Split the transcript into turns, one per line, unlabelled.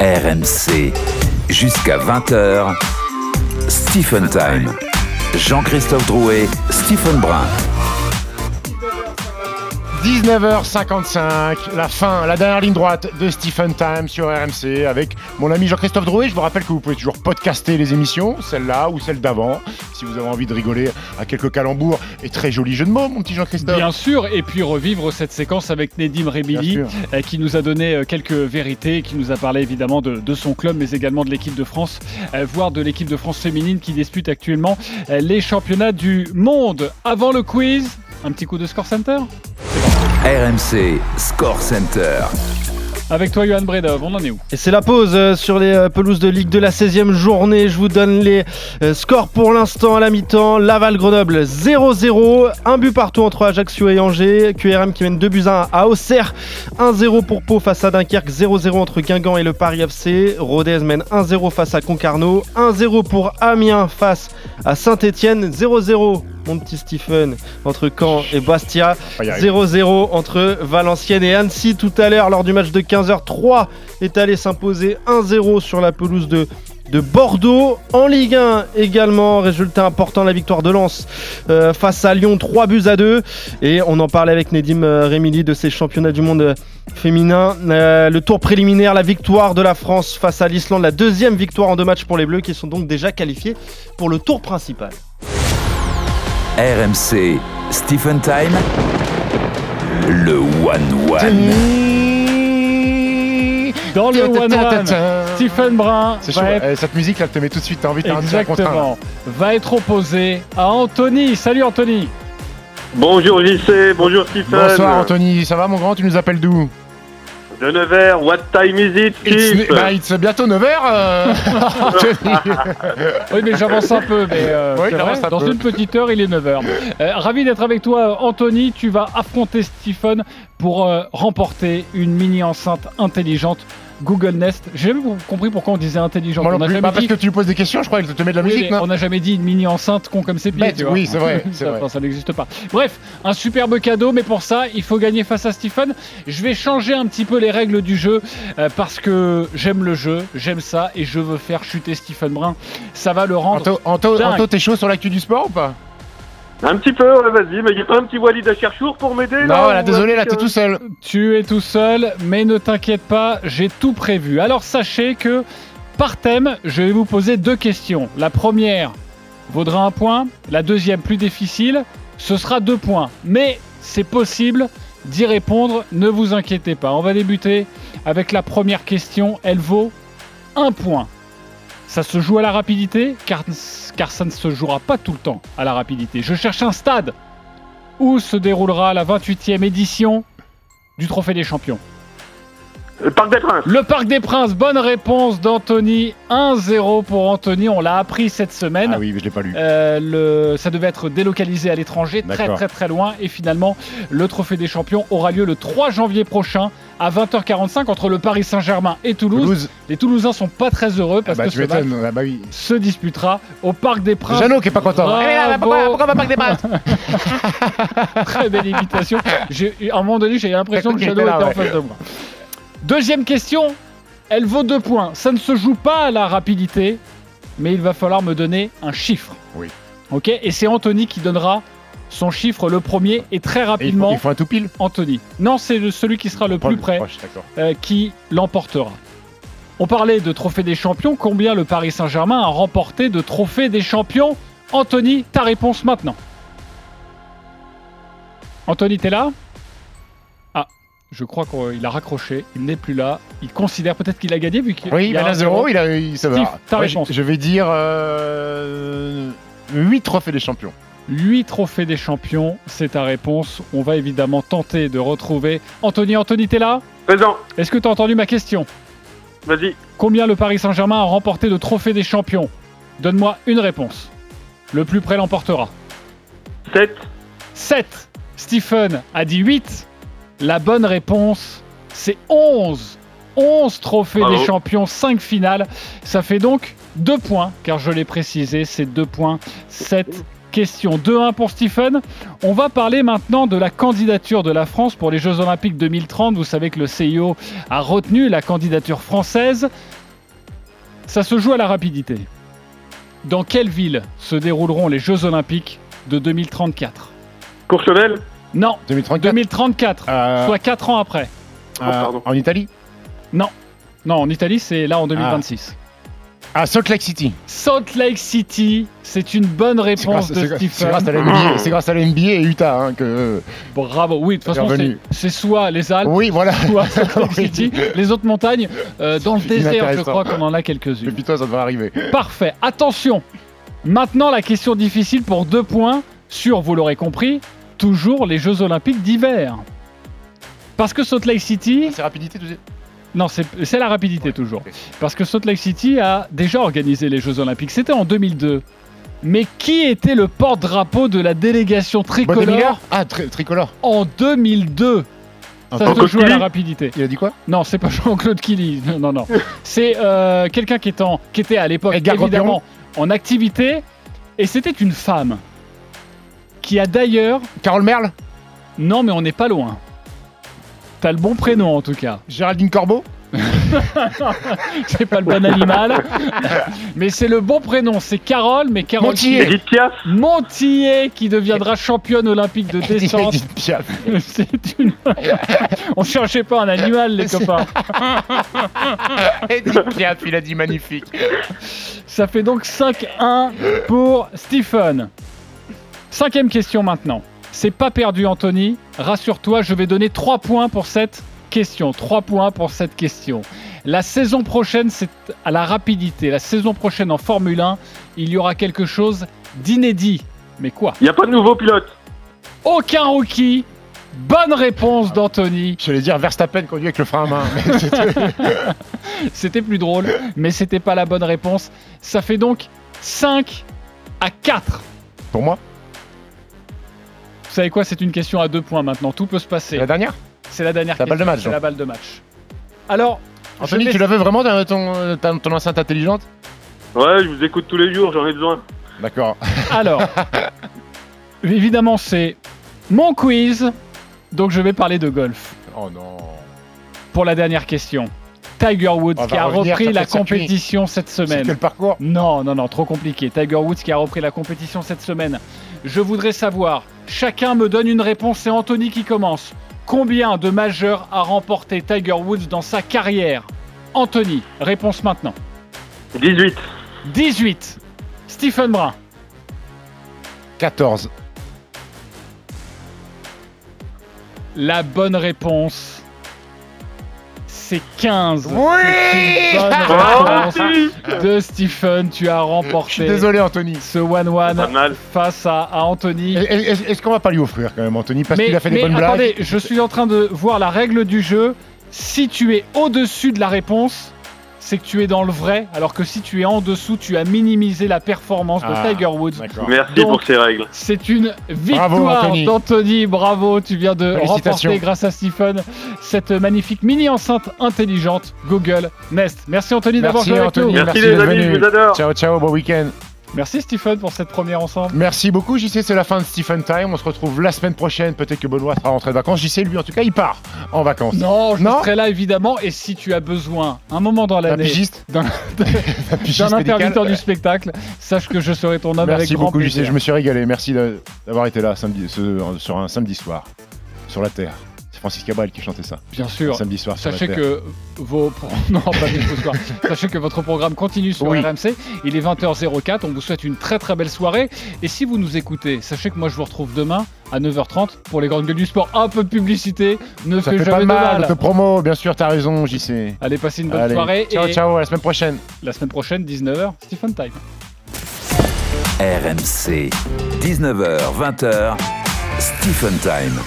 RMC. Jusqu'à 20h, Stephen Time. Jean-Christophe Drouet, Stephen Brun.
19h55, la fin, la dernière ligne droite de Stephen Time sur RMC avec mon ami Jean-Christophe Drouet. Je vous rappelle que vous pouvez toujours podcaster les émissions, celle-là ou celle d'avant, si vous avez envie de rigoler à quelques calembours et très jolis jeux de mots, mon petit Jean-Christophe.
Bien sûr, et puis revivre cette séquence avec Nedim Remili
Bien sûr.
euh, qui nous a donné euh, quelques vérités, qui nous a parlé évidemment de, de son club, mais également de l'équipe de France, euh, voire de l'équipe de France féminine qui dispute actuellement euh, les championnats du monde. Avant le quiz, un petit coup de score center
RMC Score Center.
Avec toi, Johan Bredov, on en est où
Et c'est la pause euh, sur les euh, pelouses de Ligue de la 16e journée. Je vous donne les euh, scores pour l'instant à la mi-temps. Laval-Grenoble 0-0. Un but partout entre Ajaccio et Angers. QRM qui mène 2 buts à 1 à Auxerre. 1-0 pour Pau face à Dunkerque. 0-0 entre Guingamp et le Paris FC. Rodez mène 1-0 face à Concarneau. 1-0 pour Amiens face à Saint-Etienne. 0-0 mon petit Stephen entre Caen et Bastia.
Pas y arriver.
0-0 entre Valenciennes et Annecy tout à l'heure lors du match de 15h. 3 est allé s'imposer 1-0 sur la pelouse de, de Bordeaux. En Ligue 1 également, résultat important, la victoire de Lens euh, face à Lyon, 3 buts à 2. Et on en parlait avec Nedim euh, Remili de ces championnats du monde euh, féminin. Euh, le tour préliminaire, la victoire de la France face à l'Islande, la deuxième victoire en deux matchs pour les Bleus qui sont donc déjà qualifiés pour le tour principal.
RMC Stephen Time. Le One One.
Dans
Dans le One One, Stephen Brun
C'est chaud.
va être,
eh, cette musique là te met tout de suite, t'as envie de faire un un contre un, là.
exactement, va être opposé à Anthony. Salut Anthony
Bonjour JC, bonjour Stephen.
Bonsoir Anthony, ça va mon grand, tu nous appelles d'où
De Nevers, what time is it,
It's,
Steve
bah, it's bientôt 9h euh,
Ah,
Anthony.
Oui, mais j'avance un peu. Mais euh,
Oui,
c'est
t'avances
vrai,
un
dans
peu.
une petite heure, il est 9h. ravi d'être avec toi, Anthony. Tu vas affronter Stephen pour euh, remporter une mini enceinte intelligente Google Nest. J'ai jamais compris pourquoi on disait intelligente.
Moi
on
non
n'a
plus,
jamais,
bah, parce
dit-
que tu lui poses des questions, je crois, elle te met de la
oui,
musique,
mais
non
on n'a jamais dit une mini enceinte con comme ses pieds.
Bête,
tu vois.
oui, c'est vrai, c'est
ça,
vrai.
enfin, ça n'existe pas. Bref, un superbe cadeau, mais pour ça, il faut gagner face à Stephen. Je vais changer un petit peu les règles du jeu euh, parce que j'aime le jeu, j'aime ça et je veux faire chuter Stephen Brun. Ça va le rendre
Anto, Anto,
Dingue.
Anto, t'es chaud sur l'actu du sport ou pas
Un petit peu, ouais, vas-y, mais y a pas un petit Walid à Cherchour pour m'aider
Non, Bah voilà,
ou
désolé,
un
là,
petit,
t'es tout seul.
Tu es tout seul, mais ne t'inquiète pas, j'ai tout prévu. Alors sachez que par thème, je vais vous poser deux questions. La première vaudra un point, la deuxième plus difficile, ce sera deux points. Mais c'est possible d'y répondre, ne vous inquiétez pas. On va débuter avec la première question, elle vaut un point. Ça se joue à la rapidité, car, car ça ne se jouera pas tout le temps à la rapidité. Je cherche un stade où se déroulera la 28e édition du Trophée des Champions.
euh, Le Parc des Princes.
Le Parc des Princes, bonne réponse d'Anthony. 1-0 pour Anthony, on l'a appris cette semaine.
Ah oui, mais je l'ai pas lu.
Euh, le- ça devait être délocalisé à l'étranger, très
D'accord.
très très loin. Et finalement, le Trophée des Champions aura lieu le 3 janvier prochain à 20h45 entre le Paris Saint-Germain et Toulouse.
Toulouse,
Les Toulousains sont pas très heureux
ah
parce
bah,
que
tu
ce match
m'étonnes, ah bah oui.
se disputera au Parc des Princes.
Jeannot qui est pas content.
Bravo.
Eh là là, pourquoi, pourquoi pas Parc des Princes
Très belle imitation. J'ai- À un moment donné, j'ai l'impression que
Il était
Shadow était
là,
en
ouais.
face de moi. Deuxième question. Elle vaut deux points. Ça ne se joue pas à la rapidité, mais il va falloir me donner un chiffre.
Oui.
Ok Et c'est Anthony qui donnera son chiffre le premier et
Et
très
il, faut,
rapidement,
il faut un tout pile
Anthony. Non, c'est le- celui qui sera le plus près
Proche, d'accord.
euh, qui l'emportera. On parlait de trophée des champions. Combien le Paris Saint-Germain a remporté de trophée des champions Anthony, ta réponse maintenant. Anthony, t'es là Ah, je crois qu'il a raccroché. Il n'est plus là. Il considère peut-être qu'il a gagné vu qu'il
Oui,
il
il
y a
mène
un
à
zéro.
zéro, il a, il, ça va.
Steve, ta
Ouais,
réponse.
je, je vais dire euh, 8 trophées des champions.
8 trophées des champions, c'est ta réponse. On va évidemment tenter de retrouver. Anthony, Anthony, t'es là
Présent,
Est-ce que t'as entendu ma question
vas-y.
Combien le Paris Saint-Germain a remporté de trophées des champions Donne-moi une réponse. Le plus près l'emportera.
7.
7. Stephen a dit 8. La bonne réponse, c'est 11. 11 trophées
Bravo.
des champions, 5 finales. Ça fait donc 2 points, car je l'ai précisé, c'est 2 points. 7 question. 2-1 pour Stephen. On va parler maintenant de la candidature de la France pour les Jeux Olympiques 2030. Vous savez que le CIO a retenu la candidature française. Ça se joue à la rapidité. Dans quelle ville se dérouleront les Jeux Olympiques de 2034
Courchevel
Non,
2034
2034,
euh,
soit 4 ans après.
euh,
pardon.
En Italie
Non, en Italie, c'est
Ah.
là en 2026.
À Salt Lake City.
Salt Lake City, c'est une bonne
C'est
réponse
grâce,
de
c'est grâce- c'est
Stephen.
grâce à la NBA c'est grâce à la NBA et Utah hein, que.
Bravo. Oui, de toute façon, c'est-
Revenu.
c'est soit les Alpes,
Oui, voilà.
soit Salt Lake City, les autres montagnes. euh, dans le désert, je
Inintéressant.
crois qu'on en a
Mais
quelques-unes.
putain, ça devrait arriver.
Parfait. Attention. Maintenant, la question difficile pour deux points sur, vous l'aurez compris, toujours les Jeux Olympiques d'hiver. Parce que Salt Lake City,
C'est rapidité, tu sais.
non, c'est c'est la rapidité toujours.
ok.
Parce que Salt Lake City a déjà organisé les Jeux Olympiques. C'était en 2002. Mais qui était le porte-drapeau de la délégation tricolore
Miller Ah, tri- tricolore.
en 2002 Ça se
Jean-Claude
joue à la
Killy
rapidité.
Il a dit quoi
Non, c'est pas Jean-Claude Killy. Non, non, non. C'est euh, quelqu'un qui, est en- qui était à l'époque,
Edgar
évidemment, en activité. Et c'était une femme qui a d'ailleurs.
Carole Merle
Non, mais on n'est pas loin. T'as le bon prénom en tout cas.
Géraldine Corbeau
C'est pas le bon animal. mais c'est le bon prénom. C'est Carole, mais Carole.
Montier.
Edith Piaf
Montillet qui deviendra championne olympique de descente.
Edith Piaf.
C'est une. On cherchait pas un animal, les
C'est-
copains.
Edith Piaf, il a dit magnifique.
Ça fait donc 5-1 pour Stephen. Cinquième question maintenant. C'est pas perdu, Anthony. Rassure-toi, je vais donner 3 points pour cette question. 3 points pour cette question. La saison prochaine, c'est à la rapidité. La saison prochaine en Formule 1, il y aura quelque chose d'inédit. Mais quoi
Il n'y a pas de nouveau pilote.
Aucun rookie. Bonne réponse d'Anthony.
Je voulais dire Verstappen conduit avec le frein à main. Mais c'est-
C'était plus drôle, mais c'était pas la bonne réponse. Ça fait donc 5 à 4.
Pour moi,
Vous savez quoi C'est une question à deux points maintenant. Tout peut se
c'est
passer.
la dernière.
C'est la dernière
la balle
question.
de match,
C'est la
donc.
balle de match. Alors,
Anthony,
je vais-
tu la veux vraiment ta- ton, euh, ta- ton enceinte intelligente
Ouais, je vous écoute tous les jours, j'en ai besoin.
D'accord.
alors évidemment, c'est mon quiz. Donc, je vais parler de golf
Oh non.
pour la dernière question. Tiger Woods
On va
qui a
revenir
repris
sur
la
quel circuit
compétition cette
C'est
semaine.
quel parcours
Non, non, non, trop compliqué. Tiger Woods qui a repris la compétition cette semaine. Je voudrais savoir, chacun me donne une réponse, c'est Anthony qui commence. Combien de majeurs a remporté Tiger Woods dans sa carrière Anthony, réponse maintenant.
18.
18. Stephen Brun,
14.
la bonne réponse. C'est 15.
Oui
C'est une bonne
Ah,
réponse de Stephen. Tu
Je suis
as remporté
désolé, Anthony.
ce
Ah,
Pas
one-one
mal.
face à, à Anthony.
Et- et- Est-ce est-ce qu'on va pas lui offrir quand même, Anthony Parce qu'il a fait des bonnes
attendez,
blagues.
je suis en train de voir la règle du jeu. Si tu es au-dessus de la réponse, c'est que tu es dans le vrai, alors que si tu es en dessous, tu as minimisé la performance
Ah,
de Tiger Woods.
D'accord.
Merci
Donc-
pour ces règles.
C'est une
Bravo,
victoire
Anthony.
d'Anthony, bravo, tu viens de
Félicitations.
remporter grâce à Stephen cette magnifique mini-enceinte intelligente Google Nest. Merci Anthony d'avoir
Merci,
joué avec
Anthony.
nous.
Merci,
merci
les
d'être
amis,
venu.
je vous adore.
Ciao, ciao, bon week-end.
Merci Stephen pour cette première ensemble.
Merci beaucoup, JC. C'est la fin de Stephen Time. On se retrouve la semaine prochaine. Peut-être que Benoît sera rentré de vacances. JC, lui, en tout cas, il part en vacances.
Non, je
Non.
serai là évidemment et si tu as besoin, un moment dans
Un
l'année,
pigiste
Dans-
Un pigiste
d'un intermittent
médical.
du spectacle, sache que je serai ton homme avec
Merci
grand
beaucoup,
plaisir.
JC. Je me suis régalé. Merci de- d'avoir été là samedi, ce- sur un samedi soir, sur la Terre. C'est Francis Cabrel qui chantait ça.
Bien
Un
sûr.
samedi soir sur
Sachez
la Terre.
que vos pro- non, pas du tout ce soir. Sachez que votre programme continue sur
Oui.
RMC. Il est 20h04. On vous souhaite une très très belle soirée. Et si vous nous écoutez, sachez que moi je vous retrouve demain à 9h30 pour les grandes gueules du sport. Un peu de publicité ne
Ça
fait,
fait
jamais
pas
de
mal,
mal.
un peu promo. Bien sûr, t'as raison, JC.
Allez, passez une bonne
Allez.
soirée
Ciao,
et
ciao, à la semaine prochaine.
la semaine prochaine 19h Stephen Time.
RMC, 19h, 20h, Stephen Time.